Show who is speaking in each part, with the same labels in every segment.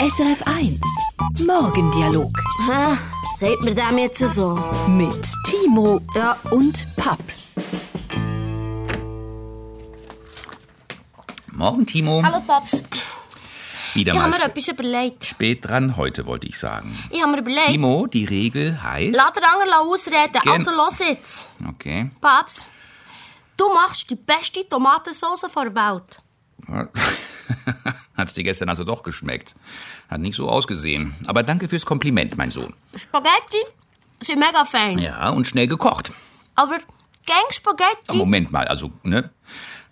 Speaker 1: SRF 1 Morgendialog
Speaker 2: Ah, seht mir dem jetzt so?
Speaker 1: mit Timo
Speaker 2: Ja.
Speaker 1: und Paps.
Speaker 3: Morgen, Timo.
Speaker 2: Hallo Paps,
Speaker 3: Wieder
Speaker 2: ich habe
Speaker 3: mal
Speaker 2: mir etwas überlegt.
Speaker 3: spät dran heute, wollte ich sagen.
Speaker 2: Ich habe mir überlegt,
Speaker 3: Timo, die Regel heißt...
Speaker 2: lass den anderen ausreden.
Speaker 3: Gen-
Speaker 2: Also los jetzt.
Speaker 3: Okay.
Speaker 2: Paps, du machst die beste Tomatensauce der Welt.
Speaker 3: Hat's dir gestern also doch geschmeckt. Hat nicht so ausgesehen. Aber danke fürs Kompliment, mein Sohn.
Speaker 2: Spaghetti sind mega fein,
Speaker 3: Ja, und schnell gekocht.
Speaker 2: aber gang
Speaker 3: Ah,
Speaker 2: Spaghetti...
Speaker 3: Moment mal, also, ne?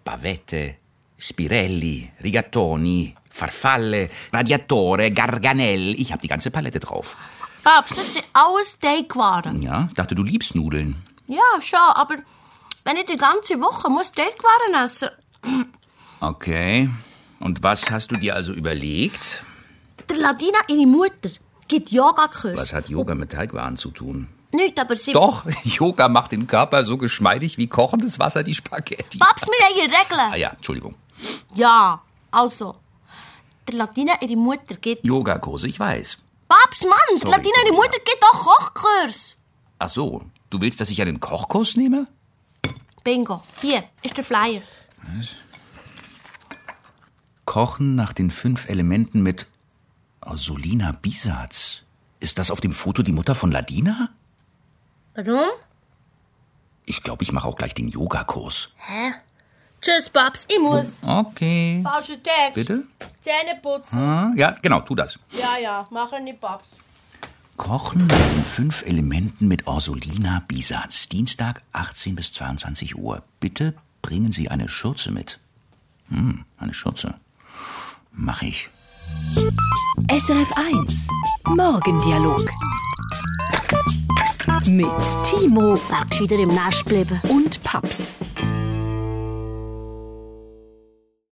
Speaker 3: Bavette, Spirelli, Rigatoni, Farfalle, Radiatore, Garganell. Ich hab die ganze Palette drauf.
Speaker 2: Paps, das sind alles Teigwaren.
Speaker 3: Ja, dachte, du liebst Nudeln.
Speaker 2: Ja, schon, aber wenn ich die ganze Woche muss Teigwaren essen
Speaker 3: Okay. Und was hast du dir also überlegt?
Speaker 2: Der Ladina, ihre Mutter, gibt
Speaker 3: Was
Speaker 2: Yoga-Kurs.
Speaker 3: hat Yoga mit Teigwaren zu tun?
Speaker 2: Nicht, aber sie...
Speaker 3: Doch, Yoga macht den Körper so geschmeidig wie kochendes Wasser die Spaghetti.
Speaker 2: Paps, wir haben hier Regeln.
Speaker 3: Ah ja, Entschuldigung.
Speaker 2: Ja, also. Der Latina ihre Mutter gibt.
Speaker 3: Yogakurse, ich weiß.
Speaker 2: Babs, Mann, die
Speaker 3: Sorry,
Speaker 2: Latina ihre
Speaker 3: sorry,
Speaker 2: Mutter gibt auch Kochkurs.
Speaker 3: Ach so, du willst, dass ich einen Kochkurs nehme?
Speaker 2: Bingo. Hier ist der Flyer.
Speaker 3: Kochen nach den fünf Elementen mit oh, Solina Bisatz. Ist das auf dem Foto die Mutter von Ladina?
Speaker 2: Warum?
Speaker 3: Ich glaube, ich mache auch gleich den Yogakurs.
Speaker 2: Hä? Tschüss, Babs, ich muss.
Speaker 3: Okay.
Speaker 2: Falscher Text.
Speaker 3: Bitte?
Speaker 2: Zähne putzen.
Speaker 3: Ah, Ja, genau, tu das.
Speaker 2: Ja, ja, mache nicht, Babs.
Speaker 3: Kochen nach den fünf Elementen mit Orsolina Bisatz. Dienstag 18 bis 22 Uhr. Bitte bringen Sie eine Schürze mit. Hm, eine Schürze. Mach ich.
Speaker 1: SRF 1 Morgendialog mit Timo
Speaker 2: Wäre gescheiter im Nest bleiben.
Speaker 1: und Paps.